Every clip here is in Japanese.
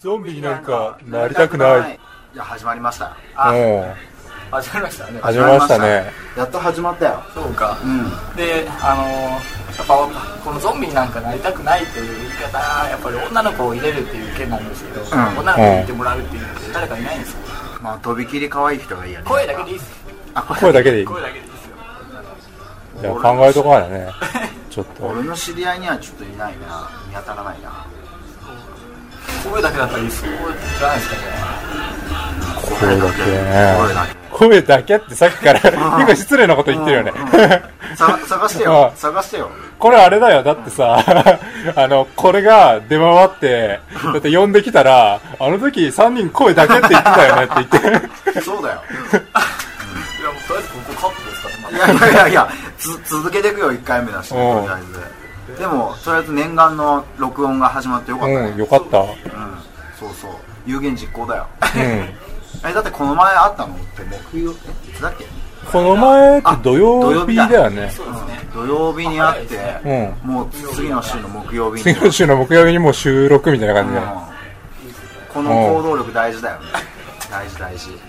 ゾンビになんかなりたくない。いや始まりましたあ、うん。始まりましたね始まりましたね。やっと始まったよそうかうんであのーやっぱこのゾンビになんかなりたくないっていう言い方やっぱり女の子を入れるっていう件なんですけど、女の子に入れてもらうっていうのって誰かいないんですかまあとびきり可愛い人がいいよね声だけでいいっすよあこ声だけでいい。声だけでいいっすよいや、考えとかないよね。ちょっと。俺の知り合いにはちょっといないな見当たらないな声だけだったらいいっすよ声じゃないですかね声だけね声だ。声だけってさっきから結構失礼なこと言ってるよね。けさ探してあよ探してよ これあれだよ。だってさ、 あの、これが出回って、だって呼んできたら、あの時3人声だけって言ってたよねって言って。 そうだよいやもうとりあえずここカップですからまあいやいやいやいやつ続けていくよ1回目だしとりうんあえずでもとりあえず念願の録音が始まってよかったねうん、よかった。うんそうそう有言実行だようん。えだってこの前あったのって木曜えいつだっけこの前ってあ土曜日だよね。そうですね土曜日に会って、早いですうん。もう次の週の木曜日に次の週の木曜日にもう収録みたいな感じで。うんこの行動力大事だよね大事大事、うん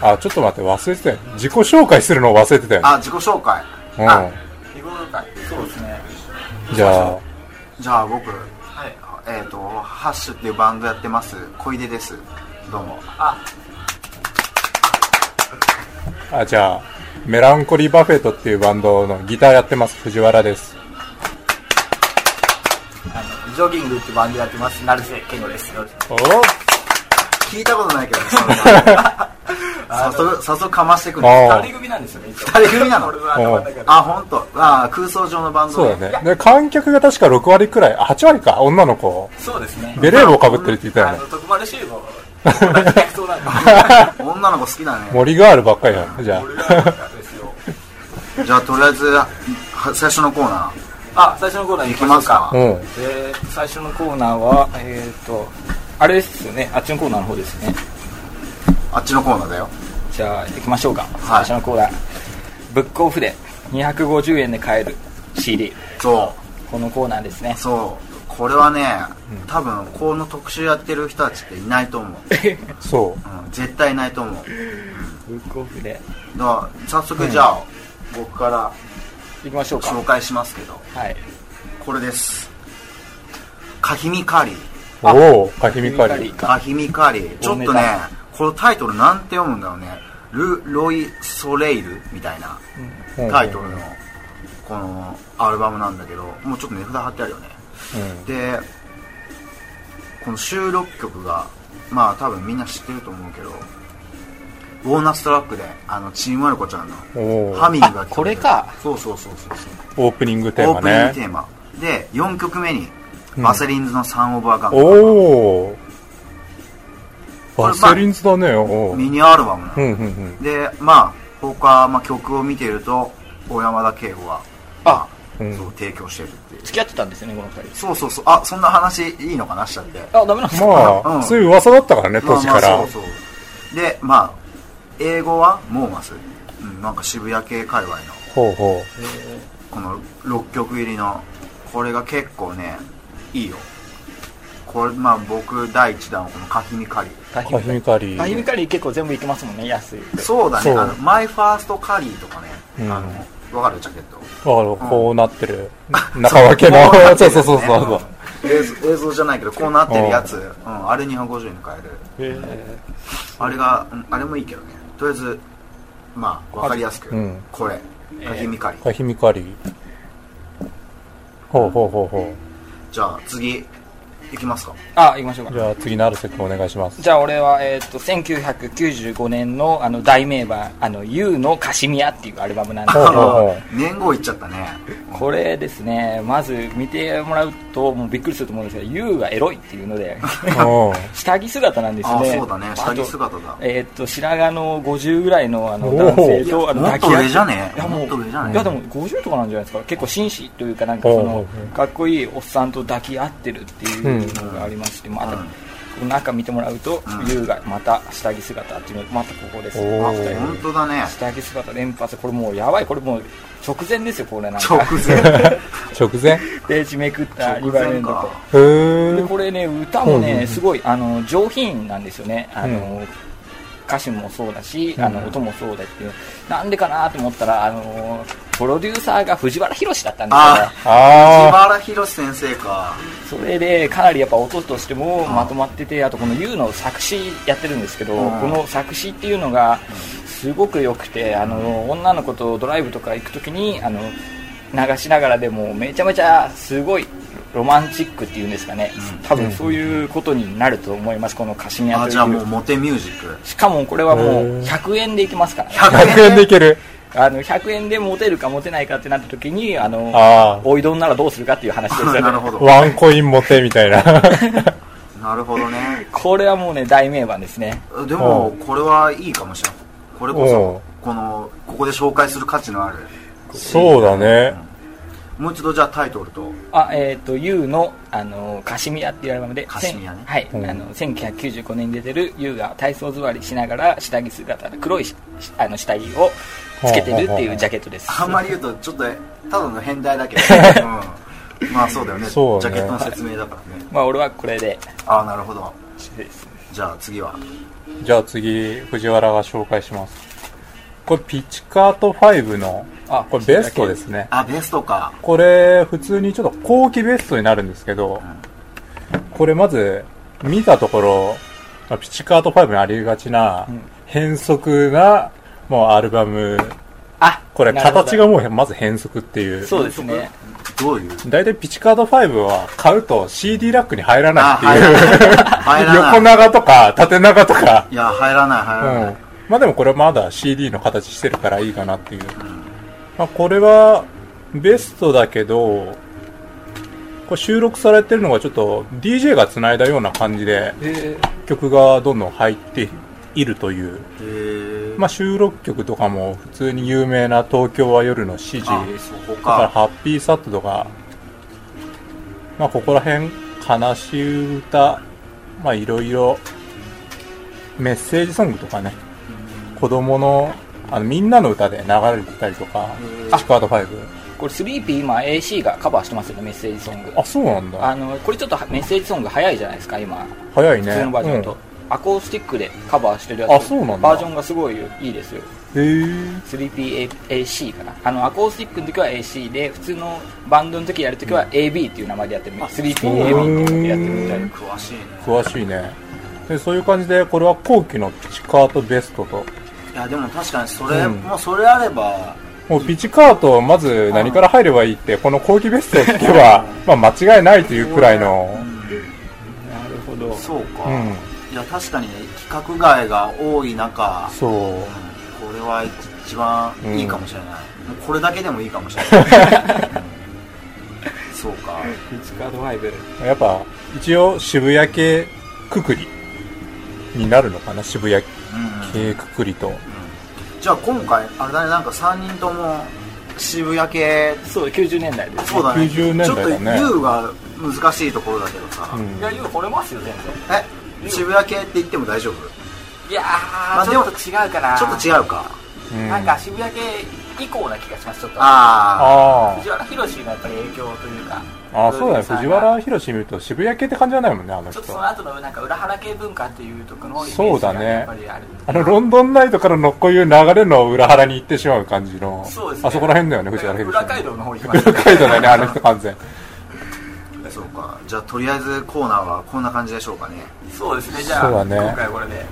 あ、ちょっと待って、忘れてたよ。自己紹介するのを忘れてたよね。あ自己紹介、あう日頃からそうですねん。じゃあ、じゃあ僕はいえっ、とハッシュっていうバンドやってます小出ですどうもああ、じゃあ、メランコリーバフェットっていうバンドのギターやってます、藤原です。あのジョギングってバンドやってます成瀬健吾ですよろしくお聞いたことないけどねそ のバンド早速早速かましてくるあ二人組なんですよね一応二人組なの 俺の頭の中であ本当。ああ空想上のバンドそうだね。で、観客が確か6割くらい、あ、8割か、女の子。そうですねベレー帽被ってるって言ったあよねの。徳丸修吾客層 なん で女の子好きだね森ガールばっかりだね、じゃ俺らの中ですよじゃあとりあえずは最初のコーナ あ最初のコーナーー行いききまますすかかあ。うん。えー、最初のコーナーはえっ、ー、とあれですよねあっちのコーナーの方ですねあっちのコーナーだよじゃあ行きましょうか、はい最初のコーナーブックオフで250円で買える CD そうこのコーナーです ねそうこれはね、多分この特集やってる人たちっていないと思う、そうん、絶対いないと思うブックオフでだから早速じゃあ、僕から行きましょう紹か介しますけどはいこれですカヒミカリーう。おお、かひみかり。カヒミカリーちょっ大とネねタこのタイトルなんて読むんだろうねル・ロイ・ソレイルみたいなタイトルのこのアルバムなんだけどもうちょっと値札貼ってあるよねうん。でこの収録曲がまあ多分みんな知ってると思うけどボーナストラックであのチームワルコちゃんのおお。ハミングが聞えるあこれかそうそうそうそうそオープニングテうーオマープニングテね。ーマで4曲目にうんバセリンズの「サン・オブ・ア・ガン」おお。こバれまあセリンズだね、おお。うんミニアルバムなうの、んうん。でまあ他、まあ、曲を見てると小山田圭吾があうんそう提供してるっていう付き合ってたんですよねこの二そうそうそうあそんな話いいのかなしちゃって人あダメなんですか、まあ、うんそういう噂だったからね、当時から。まあまあそうそうでまあ英語はモーマス、うん、なんか渋谷系界隈のほうほこの6曲入りのこれが結構ねいいよこれまあ僕第1弾はこの「カヒミカリカう。かひみかり。カヒミカリー結構全部いけますもんね安い」そうだねそうあのマイファーストカリーとかね、うんあのわかるジャケットわかる、こうなってる。中分けのこうな。っそてうそるうやつそうねそう。 映像映像じゃないけどこうなってるやつ、うん、あれ250円で買えるあれが、うんあれもいいけどねとりあえずまあわかりやすく、うんこれ「カヒミカリ」かひみかり。ほうほうほうほじゃあ次いきますかあ行きましょうう。かじゃあ次、成瀬君お願いし ます。じゃあ俺は、えっと1995年のあの大名盤「あの YOU のカシミヤ」っていうアルバムなんですけほうほうどほ年号いっちゃったねこれですねまず見てもらうともうびっくりすると思うんですけど YOU がエロいっていう のでう。うん。下着姿なんですあねそうだね下着姿だあとえっと白髪の50ぐらいのあのおー男性とあのもっと合い上じゃねいやももうっと上じゃねいやでも50とかなんじゃないですか結構紳士というかなんかそおうおうのおうかっこいいおっさんと抱き合ってるっていうのがありまして、またうんこの中見てもらうと、うん優雅また下着姿っていうのまたここですおあ、ー本当だ ね。下着姿連発これもうやばいこれもう直前ですよこれなんか直前。直前へページめくった直リバイ前ンドかと。でーこれね歌もうんうんうねんすごいあの上品なんですよねあの、歌詞もそうだし、あうんの音もそうだっていうなんでかなと思ったらあのプロデューサーが藤原宏だったあんであ、あ千原博先生か。すよそれでかなりやっぱ音としてもまとまっててあとこの YOU の作詞やってるんですけど、うんこの作詞っていうのがすごく良くてあの女の子とドライブとか行く時にあの流しながらでもめちゃめちゃすごいロマンチックっていうんですかね、うん多分そういうことになると思いますこのカシミヤあ、といじゃあもううモテミュージック。しかもこれはもうへー100円でいきますからねあ100円でいけるあの100円でモテるかモテないかってなった時にあのあーおいどんならどうするかっていう話ですよ ねなるほど。ワンコイン持てみた いななるほどね。これはもうね大名盤ですねでもう、これはいいかもしれない。これこうんそ、この、ここで紹介する価値のある。そうだねもう一度じゃあタイトルと。あえっ、と YOU のあの「カシミヤ」っていうアルバムでカシミヤねせんはい、うんあの1995年に出てる YOU が体操座りしながら下着姿黒いしあの下着をつけてるっていうジャケットですあんまり言うと、ちょっと、ただの変 態だけど。うんまあそうだよね。ジそうだャねケットの説明だからね。まあ俺はこれでああ、なるほど。ですねじゃあ次は。じゃあ次藤原が紹介しますこれピチカート5のあこれベストですねあ、ベストか。これ普通にちょっと後期ベストになるんですけど、これまず見たところまあピチカート5にありがちなうん変則なもうアルバムあこれなるほど形がもうまず変則っていうそうですねどういう大体ピチカート5は買うと CD ラックに入らないあ、ってい入うらない。入らな い。横長とか縦長とかいや、入らない、う入らないん。まあでもこれはまだ CD の形してるからいいかなっていうまあ、これはベストだけどこれ収録されてるのがちょっと DJ が繋いだような感じでえー曲がどんどん入っているという、へーまあ、収録曲とかも普通に有名な「東京は夜の7時」あだそこから「か。ハッピーサット」とか、まあ、ここら辺悲しい歌まあいろいろメッセージソングとかね子供のあのみんなの歌で流れてたりとかへ「ーチカード5」これスリーピー今 AC がカバーしてますよねメッセージソングあそうなんだあのこれちょっとメッセージソング早いじゃないですか今早いね普通のバージョンと、アコースティックでカバーしてるやつあそうなんだバージョンがすごいいいですようんへえ 3PAC かなあのアコースティックの時は AC で普通のバンドの時やる時は AB っていう名前でやってるあ 3PAB ってやってるみたいな詳しいね。詳しいねでそういう感じでこれは後期のピチカートベストといや、でも確かにそれ、うんもうそれあれば、もうピチカートまず何から入ればいいってこの後期ベストを聞け ばまあ間違いないというくらいのなるほどそうか。うんいや、確かに規格外が多い中、そううんこれは一番いいかもしれない。もうこれだけでもいいかもし れない。うんそうか。ピッチカード5やっぱ一応渋谷系くくりになるのかな渋谷うん系くくりとじゃあ今回、あれだね、なんか3人とも渋谷系そう90年代ですそうだね。 90年代だねちょっと U が難しいところだけどさ。うんや YOU 惚れますよ全然え、渋谷系って言っても大丈夫いやまあーちでょもっと違うかなちょっと違うか。うんなんか渋谷系以降な気がしますちょっとああ藤原宏のやっぱり影響というかあああそうだねプ藤ロデューサーが原宏見ると渋谷系って感じじゃないもんねあのちょ人っとその後のなんか裏腹系文化っていうところのイメそーうジだがねやっぱりあるあの、ロンドンナイトからのこういう流れの裏腹に行ってしまう感じの、そうですねあそこら辺だよね、藤原裏街道。道の方行きま裏す街道だよね、あの人完全。あ、そうか。じゃあとりあえずコーナーはこんな感じでしょうかね。そうですねじゃあそうだね今回はこれで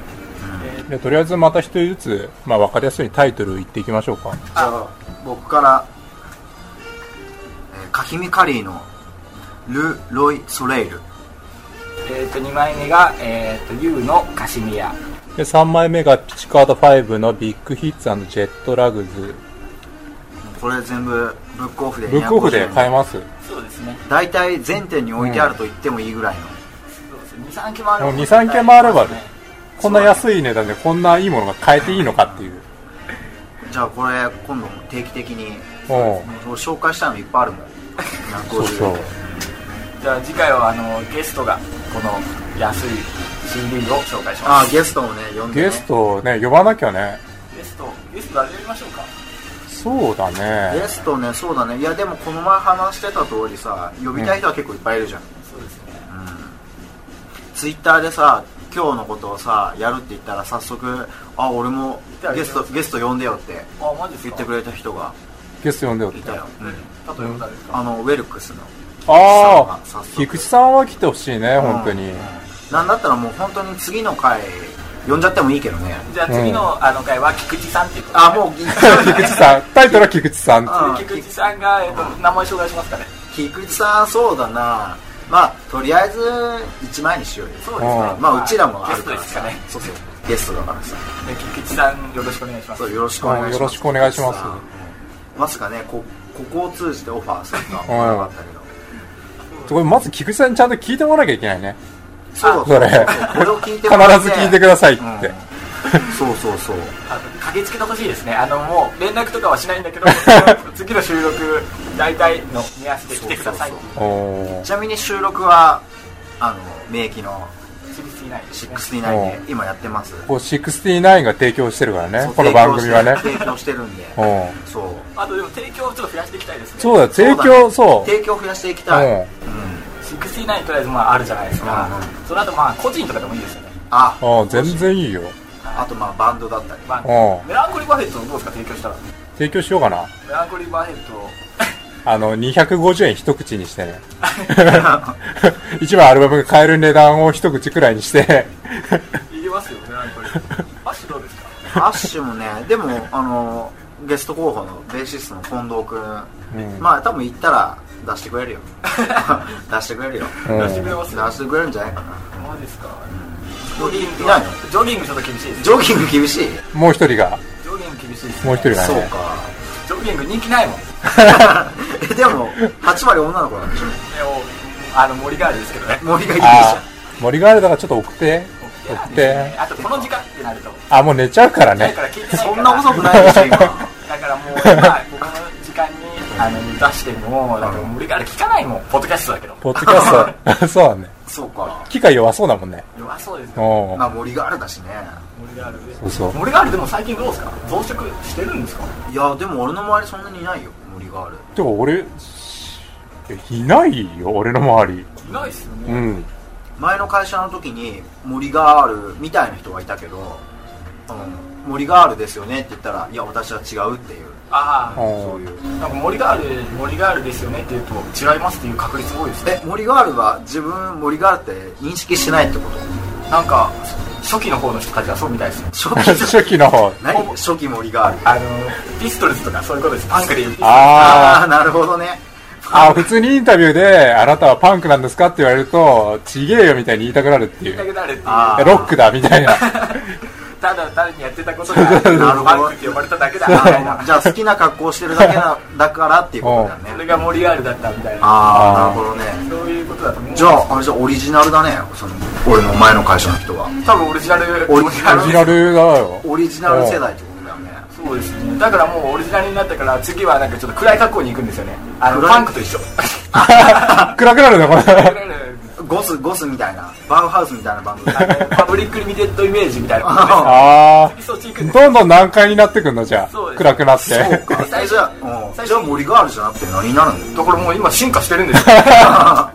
でとりあえずまた一人ずつ、まあ分かりやすいようにタイトル言っていきましょうか。じゃあ僕から、えーカヒミカリーのル・ロイ・ソレイル。えっ、と2枚目が、えっと YOU のカシミヤで、3枚目がピチカード5のビッグヒッツジェットラグズ。これ全部ブックオフでブックオフで買えまます。そうですね大体全店に置いてあると言ってもいいぐらいの。そうです23件もあればもう2 3件もあればねこんな安い値段でこんないいものが買えていいのかっていう。じゃあこれ今度も定期的に、おう俺紹介したいのいっぱいあるもん。そうそう。じゃあ次回はあのゲストがこの安い CD を紹介しまあすゲストもね呼んで、ね、ゲストをね呼ばなきゃねゲストゲスト誰呼びましょうかそうだねゲストねそうだねいやでもこの前話してた通りさ呼びたい人は結構いっぱいいるじゃん、そうですねツイッターでさ今日のことをさやるって言ったら早速あ俺もゲストゲスト呼んでよってあマジです言かってくれた人がゲスト呼んでよっいてたよ、うん例えば誰ですかあのウェルクスのああ早速菊池さんは来てほしいね本当に、うんなんだったらもう本当に次の回呼んじゃってもいいけどねじゃあ次のあの回は菊池さんっていうことであもう 菊池さんタイトルは菊池さんってうん菊池さんが、えっと、名前紹介しますかね菊池さんそうだなまあとりあえず1枚にしようよそうですねまあうちらもあるからゲストですかねそうそうゲストだからさで菊池さんよろしくお願いしますそうよろしくお願いしまよすろしくお願いしますさあまさかねこここを通じてオファーするとは思わなかったけどこれまず菊池さんにちゃんと聞いてもらわなきゃいけないねそうそれこれを聞い必てず聞いてくだださいって、そうそうそうあの駆けつけてほしいですねあのもう連絡とかはしないんだけど 次の収録大体の目安で来てくださいそうそおちなみに収録はあの名機のシリーズない69で今やってますお69が提供してるからそねうこの番組はね提供してるんでうんそうあとでも提供をちょっと増やしていきたいですねそうだ提だ供ねそう提供増やしていきたい、うん69とりあえずまああるじゃないですか、うその後まあ個人とかでもいいですよねあああ全然いいよあとまあバンドだったりまあうんメランコリーバフェットどうですか提供したら提供しようかなメランコリーバフェットをあの250円一口にしてね一枚アルバムが買える値段を一口くらいにして 入れますよメランコ リーアッシュどうですか アッシュもねでもあのゲスト候補のベーシストの近藤君、うんまあ多分行ったら出してくれるよ 出してくれるよ、うん出してくれ出ますしてくれるんじゃないかなマジですかジョギングいないのジョギングちょっと厳しいですジョギング厳しいもう一人がジョギング厳しいですねもう一人がそうね かジョギング人気ないもんえでも8割女の子なんでしょでもあの森ガールですけどね森がいいじあゃあ森ガールだからちょっと送って送ってあとこの時間ってなるとあもう寝ちゃうからだねから聞いてんないからそんな遅くないでし ょ今だからもう今ここの時間にあの出してもだから森ガール聞かないもんポッドキャストだけどポッドキャストそうだねそうか機械弱そうだもんね弱そうですよおまあ森があるだしね森ガールでそうそう森ガールでも最近どうですか増殖してるんですかいやでも俺の周りそんなにいないよ森があるてか俺えいないよ俺の周りいないっすようねん 前の会社の時に森ガールみたいな人がいたけど、うん、森ガールですよねって言ったらいや私は違うっていうああおそういうなんか森ガール森ガールですよねって言うと違いますっていう確率多いですねえ森ガールは自分森ガールって認識してないってことなんか初期の方の人たちはそうみたいですよ初期初期の方何 初期森ガールあのピストルズとかそういうことですパンクで言うあああーなるほどねあ普通にインタビューで「あなたはパンクなんですか?」って言われると「ちげえよ」みたいに言いたくなるっていだうけなるっていうあーロックだみたいなただ単にやってたことが なるほどパンクって呼ばれた だけだみたいあなーじゃあ好きな格好してるだけなだからっていうことだよそねれがモリガールだったみたいなああなるほどねそういうことだと思うじゃああれじゃあオリジナルだねその俺の前の会社の人は多分オリジナルオリジナオリジナルだ よオリジナル世代ってことだよねそうですねだからもうオリジナルになったから次はなんかちょっと暗い格好に行くんですよねあの暗いパンクと一緒暗くなるねこ暗れい格好ゴスゴスみたいなバウハウスみたいなバンドだあのパブリックリミテッドイメージみたい なことですああ次そっち行くんーですどんどん難解になってくんのじゃそうあです暗くなってそうか 最初はうんじゃあ森ガールじゃなくて何になるんだよ だからもう今進化してるんですよ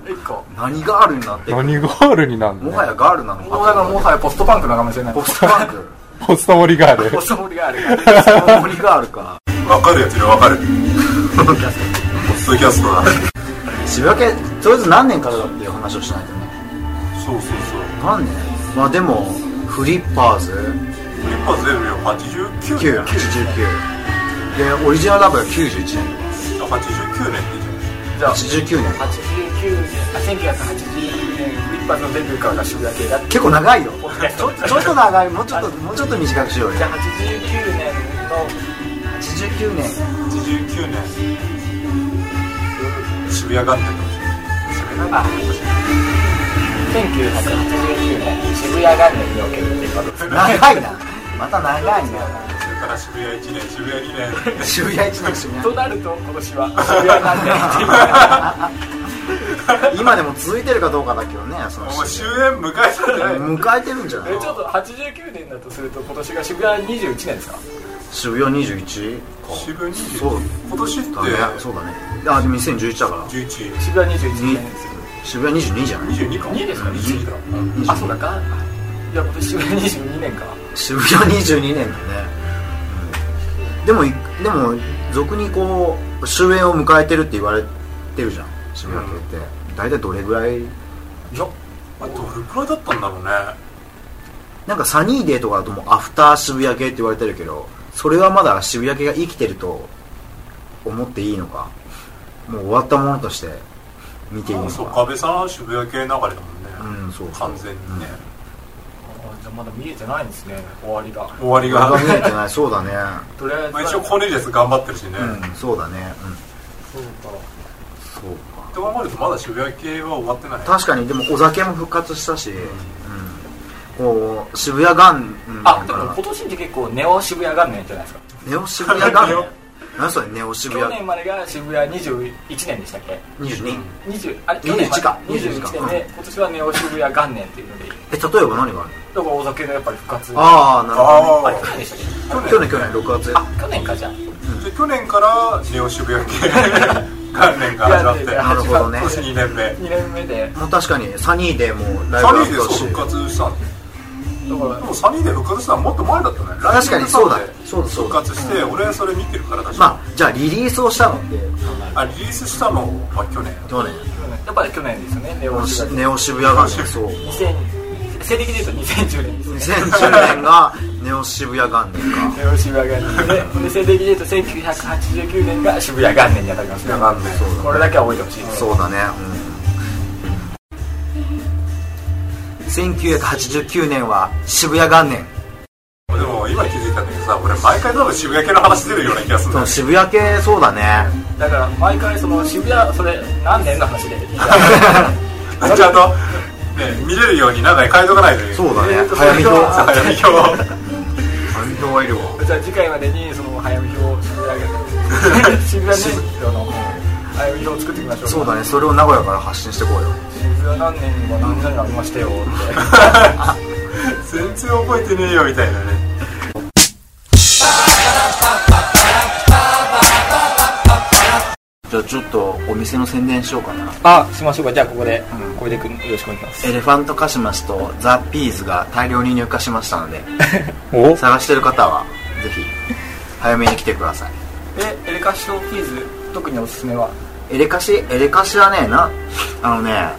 一個何ガールになってる何ゴールになるものはやガールなのかもうだからもはやポストパンクなのかもしれないポストバンクポストモリガールポストモリガールが森ガールかわかるやつにはわかる。ポストキャストだ。渋谷系とりあえず何年からだっていう話をしないとねそうそうそう。何年まあでもフリッパーズ一発出るよ、89 9 99でオリジナルラブが91年年。89年ってじゃあ89年89年あ1980年一発のデビューからが渋谷系だって結構 長いよちょっちょっと長いもうちょっともうちょっと短くしようよじゃあ89年の89年89年。渋谷がってるかもしれない。あ1989年渋谷元年におけるっていうことです長いなまた長そいなれから渋谷1年、渋谷2年。渋谷一年渋谷となると今年は渋谷元年っていう今でも続いてるかどうかだけどねそのもう終焉迎えたんじゃないの迎えてるんじゃないえちょっと89年だとすると今年が渋谷21年ですか渋谷21か渋谷21そう今年ってだねそうだねあでも2011だから11渋谷21年ですよ渋谷22じゃない22か2ですかね22 22だあそうだかいや今年渋谷22年か渋谷22年だね、うんでもいでも俗にこう終焉を迎えてるって言われてるじゃん渋谷系って、大体どれぐらいいやあどれくらいだったんだろうねなんかサニーデーとかだともうアフター渋谷系って言われてるけどそれはまだ渋谷系が生きてると思っていいのかもう終わったものとして見ていいものうそうか壁さん渋谷系流れだもんねうんそうそう完全にねじゃあまだ見えてないんですね終わりが終わり俺がが見えてないそうだねとりあえずまあ一応コーネリアス頑張ってるしねうんそうだねそうかうんそうかって考えるとまだ渋谷系は終わってない確かにでもお酒も復活したし、うんこう渋谷元年あだでかもら今年って結構ネオ渋谷元年じゃないですかネオ渋谷元年何それネオ渋去年谷までが渋谷21年でしたっけ22 20あれ去年ま21かで21年で今年はネオ渋谷元年っていうのでだかえ例えば何があるらお酒のやっぱり復活ああなるほああれあ去年でしたっけどね去年去年6月あ去年かじゃあで去年からネオ渋谷系関連が始まってなるほどね今年2年目2年目でもう確かにサニーでもうライサブニーでが復そう活して復活したのだからでもサニーで復活したのはもっと前だったね確かにそうだライブでそうだそう復だ活して俺それ見てるから確かまあじゃあリリースをしたのってあリリースしたのは去年去年やっぱり去年ですよねネオ渋谷ネオ渋谷元年そう2000西暦で言うと2010年ですね2010年がネオ渋谷元年かネオ渋谷元年でで西暦で言うと1989年が渋谷元年に当たりますね元年そうだこれだけは覚えてほしいですそうだねうん1989年は渋谷元年でも今気づいたんだけどさ俺毎回多分渋谷系の話出るような気がするんそだのよ渋谷系そうだねだから毎回その渋谷それ何年の話でちゃんと、ね、見れるようになんか変えとかないといそうだねえーと早見表早早見表見表はいるわじゃあ次回までにその早見表を渋谷元 年渋谷年の早見表を作っていきましょうそうだねそれを名古屋から発信してこうよ渋谷何年には何々がありましたよって全然覚えてねえよみたいなねじゃあちょっとお店の宣伝しようかなあしましょうかじゃあここで小出君よろしくお願いしますエレファントカシマシとザ・ピーズが大量に入荷しましたので お探してる方はぜひ早めに来てくださいでエレカシショーピーズ特におすすめはエレカシエレカシはねなあのね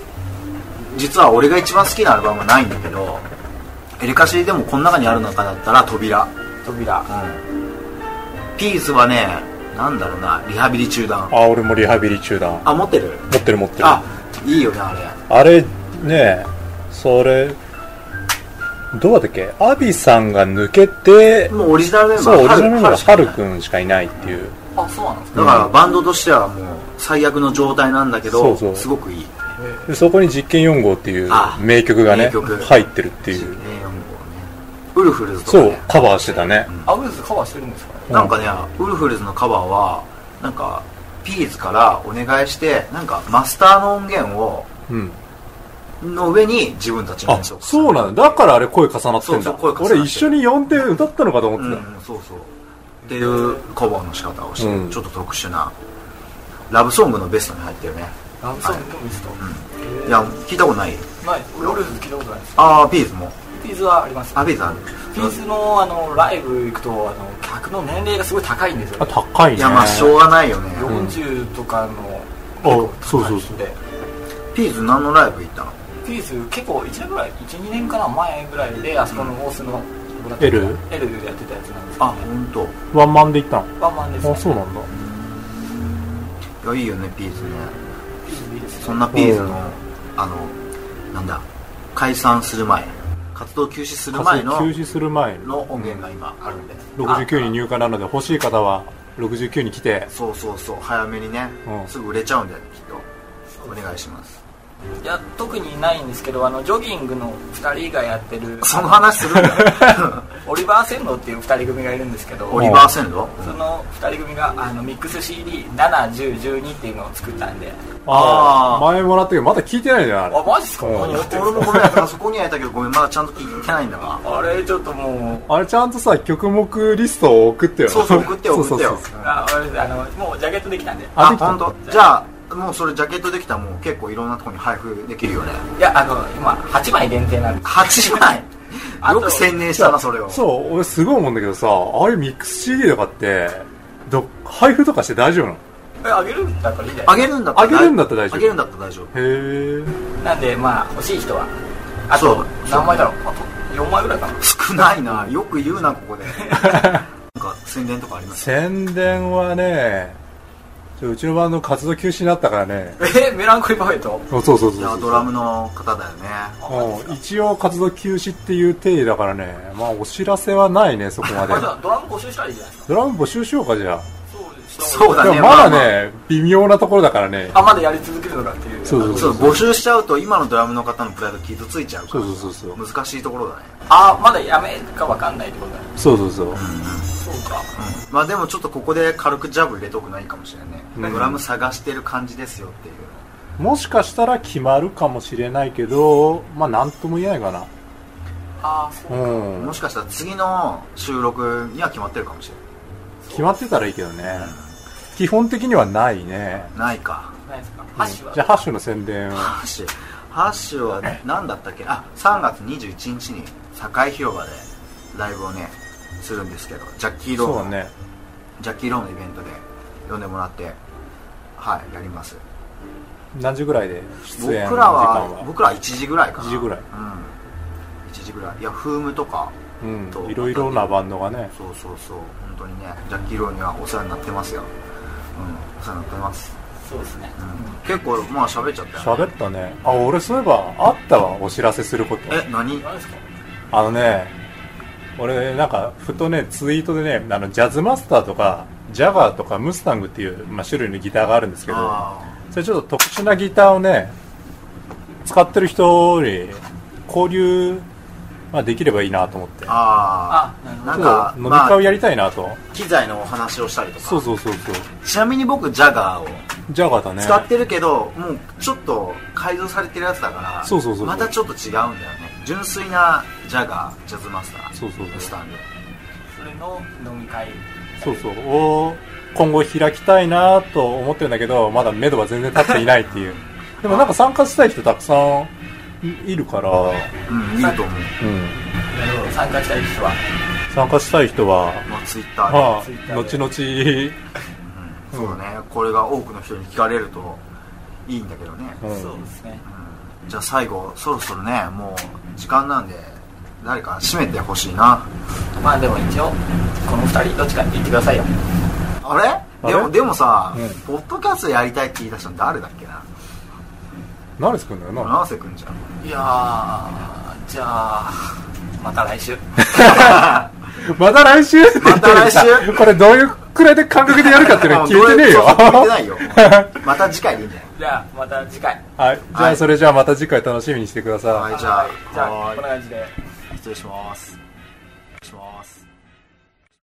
実は俺が一番好きなアルバムはないんだけどエレカシでもこの中にある中だったら扉扉ピーズはねなんだろうなリハビリ中断あ俺もリハビリ中だ持あ持ってるってる持ってるあいいよねあれあれねそれどうだっけアビさんが抜けてもうオリジナルメンバーそうオリジナルメンバー春ハルくんしかいないっていうあそうなんですかだからバンドとしてはもう最悪の状態なんだけどそうそうすごくいいでそこに実験4号っていうあ名曲がね名曲入ってるってい4う号ねウルフルズとか、そね、うカバーしてたねアウルズカバーしてるんですかねなんかね、ウルフルズのカバーは、なんか、ピーズからお願いして、なんか、マスターの音源を、うんの上に自分たちのあ演奏そうなんだだからあれ声重なってそうんそだう声重なってる俺一緒に呼んで歌ったのかと思うってたん、そうそう。っていうカバーの仕方をして、うんちょっと特殊な、ラブソングのベストに入ってるね。ラブソングのミストいや、聞いたことないない俺アウルズ聞いたことないですあー、ピーズも。ピーズはありますあ、ピーズある。ピースのあのライブ行くとあの客の年齢がすごい高いんですよ、あ高いねいや、まあ、しょうがないよね。 40とかのあそうそうそうでピーズ何のライブ行ったのピース結構1年ぐらい12年かな前ぐらいであそこの大須の L？ L でやってたやつなんですけあ、ど、ほんと。ワンマンで行ったワンマンです、のね、あそうなんだいや、いいよね、ピーズね。ピースでいいですそんなピーズの、あの、なんだ、解散する前、活動休止する前の活動休止する前の音源が今あるんで。 69にあ入荷なので欲しい方は69に来てそうそうそう、早めにね、うんすぐ売れちゃうんだよ、きっと。お願いします。いや特にないんですけどあのジョギングの2人がやってる その話するんだよ。オリバー・センドっていう2人組がいるんですけどオリバーセンドその2人組があのミックス CD71012 っていうのを作ったんであー前もらったけどまだ聞いてないじゃんあれあマジっすかうん何やってる俺んでもごめんあそこにはいたけどごめんまだちゃんと聞いてないんだわすかあれちょっともうあれちゃんとさ曲目リストを送ってよそうそう 送ってよ送ってよあ俺あのもうジャケットできたんでああできた本当。じゃあもうそれジャケットできたらもう結構いろんなとこに配布できるよねいやあの今8枚限定なんです8枚あよとく専念したなそれをそう俺すごい思うんだけどさあれミックス CD とかってど配布とかして大丈夫なのえあげるんだったらいいんじゃなあいげるんだったらあげるんだったら大丈夫あげるんだったら大丈夫へえなんでまあ欲しい人はあとそう何枚だろうあと4枚ぐらいかな 少ないなよく言うなこ こでなんか宣伝とかあります宣伝はねちょうちのバンド活動休止になったからねえメランコリーパフェットそうそうそういそやうドラムの方だよねうん一応活動休止っていう定位だからねまあお知らせはないねそこまであじゃあドラム募集したらいいじゃないですかドラム募集しようかじゃそうですそうあだでねもまだまあまあね微妙なところだからねあまだやり続けるのかっていうそうそうそそううそう募集しちゃうと今のドラムの方のプライド傷ついちゃうからそうそうそう難しいところだねあまだやめるかわかんないってことだねそうそうそうそうかまあでもちょっとここで軽くジャブ入れとくないいかもしれないね、うんドラム探してる感じですよっていうもしかしたら決まるかもしれないけどまあなんとも言えないかなあそううんもしかしたら次の収録には決まってるかもしれ決まってたらいいけどね基本的にはないねないないかないですかうん箸はじゃあハッシュの宣伝をハッシュハッシュは何だったっけあ3月21日に堺広場でライブをねするんですけどジャッキー・ロそうーだの、ねジャッキー・ローのイベントで呼んでもらってはいやります何時ぐらいで出僕演の時間らはは僕らは1時ぐらいかな1時ぐらいうん1時ぐらいいやフームとかうんいろいろなバンドがねそうそうそう本当にねジャッキー・ローにはお世話になってますようんお世話になってます、そうですねうん、結構まあ喋っちゃったよ、ね、喋ったねあ俺そういえばあったわお知らせすることえ何何ですかあのね俺なんかふとねツイートでねあのジャズマスターとかジャガーとかムスタングっていう、まあ、種類のギターがあるんですけどあそれちょっと特殊なギターをね使ってる人に交流、まあ、できればいいなと思ってーああなーなんるほちょっかと飲みま会をあやりたいなと、機材のお話をしたりとかそうそうそうそうちなみに僕ジャガーをジャガーだね使ってるけど、もうちょっと改造されてるやつだからそうそうそうそうまたちょっと違うんだよね純粋なジャガージャズマスターそうそうそうスタンドそれの飲み会そうそうを今後開きたいなと思ってるんだけどまだ目処は全然立っていないって いうでもなんか参加したい人たくさんいいるから、ううんいいと思う、ん、なるほど参加したい人は参加したい人は、まあ、ツイッターで、まあ Twitter、後々うんそうだねこれが多くの人に聞かれるといいんだけどね、うんそうですねじゃあ最後そろそろねもう時間なんで誰か締めてほしいなまあでも一応この2人どっちかって言ってくださいよあれれでもでもさ、うんポッドキャストやりたいって言い出したの誰だっけな何作るんだよな七瀬くんじゃんいやーじゃあまた来週 また来週って言ってるまた来週 これどういうくらいで感覚でやるかっていうのは聞いてねえよそうそう聞いてな いよまた次回でいいんじゃないじゃあまた次回はいじゃあそれじゃあまた次回楽しみにしてくださいはいじゃあじゃあはこんな感じでい失礼します失礼します